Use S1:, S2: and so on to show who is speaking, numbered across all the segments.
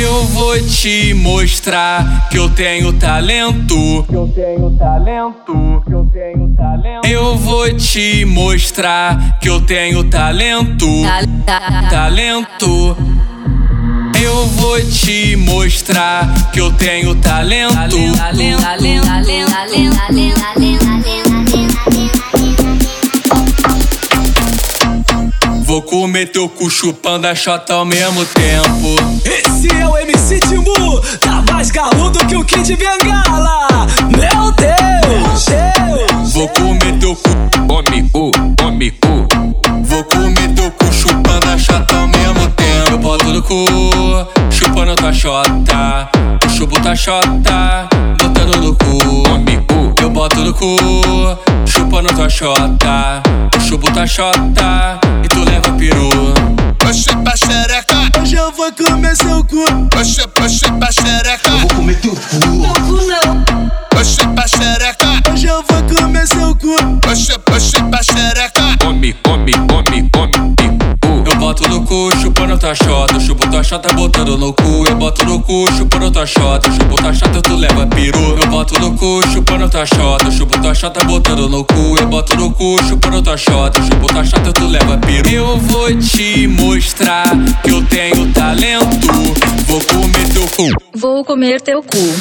S1: eu vou te mostrar que eu tenho talento. Eu tenho talento. Eu tenho talento. Eu vou te mostrar que eu tenho talento. Talento. Eu vou te mostrar que eu tenho talento. Vou comer teu cu chupando a xota ao mesmo tempo.
S2: Esse é o MC Timbu, tá mais galudo que o Kid Bengala. Meu Deus, Deus.
S1: Vou comer teu cu. Come o, come o. Vou comer teu cu chupando a chota ao mesmo tempo. Eu boto no cu, chupando tua chota. Eu chupo tua chota, botando no cu. Come o. Eu boto no cu, chupando tua chota. Eu chupo tua chota e tu leva peru.
S3: Puxa pra xereca,
S2: Hoje eu vou comer seu cu.
S3: puxa, puxa pra xereca. Eu vou comer teu cu. Puxa pra xereca,
S2: Hoje eu vou comer seu cu.
S3: puxa, puxa pra xereca.
S1: Come, come, come, come. uh. Eu boto no cu, chupando tua xota. Eu chupo tua xota, botando no cu. Eu boto no cu, chupando tua xota. Eu chupo tua xota, tu leva peru. Eu boto no cu, chupando tua xota. Eu chupo tua xota, botando no cu. Eu boto no cu, chupando tua xota. Eu chupo tua xota, tu leva peru. Eu vou te mostrar que eu tenho talento. Vou comer teu cu.
S4: Vou comer teu cu.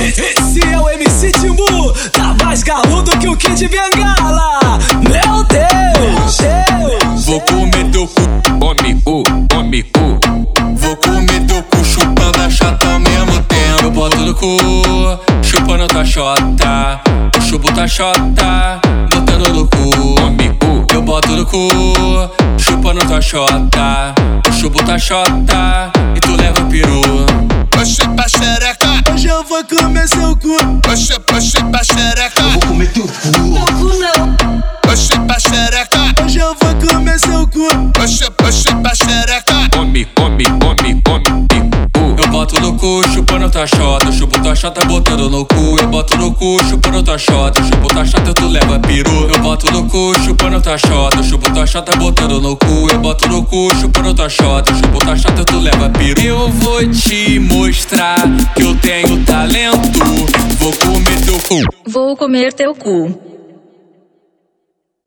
S2: Esse é o MC Timbu, tá mais galudo que o Kid Bengala. Meu Deus, Deus.
S1: Vou comer teu cu, come o, come o. Vou comer teu cu chupando a chota ao mesmo tempo. Eu boto no cu, chupando tua chota. Eu chupo tua chota, botando no cu. Come o. Eu boto no cu, chupando tua chota. Eu chupo tua chota e tu leva peru.
S3: Puxa pra xereca,
S2: Hoje eu vou comer seu cu.
S3: puxa, puxa pra xereca. Eu vou comer teu cu. Puxa pra xereca,
S2: Hoje eu vou comer seu cu.
S3: puxa, puxa pra xereca.
S1: Come, come, come, come. uh. Eu boto no cu, chupando tua xota. Eu chupo tua xota, botando no cu. Eu boto no cu, chupando tua xota. Eu chupo tua xota, tu leva peru. Eu boto no cu, chupando tua xota. Eu chupo tua xota, botando no cu. Eu boto no cu, chupando tua xota. Eu chupo tua xota, tu leva peru. Eu vou te mostrar que eu tenho talento. Vou comer teu cu.
S4: Vou comer teu cu.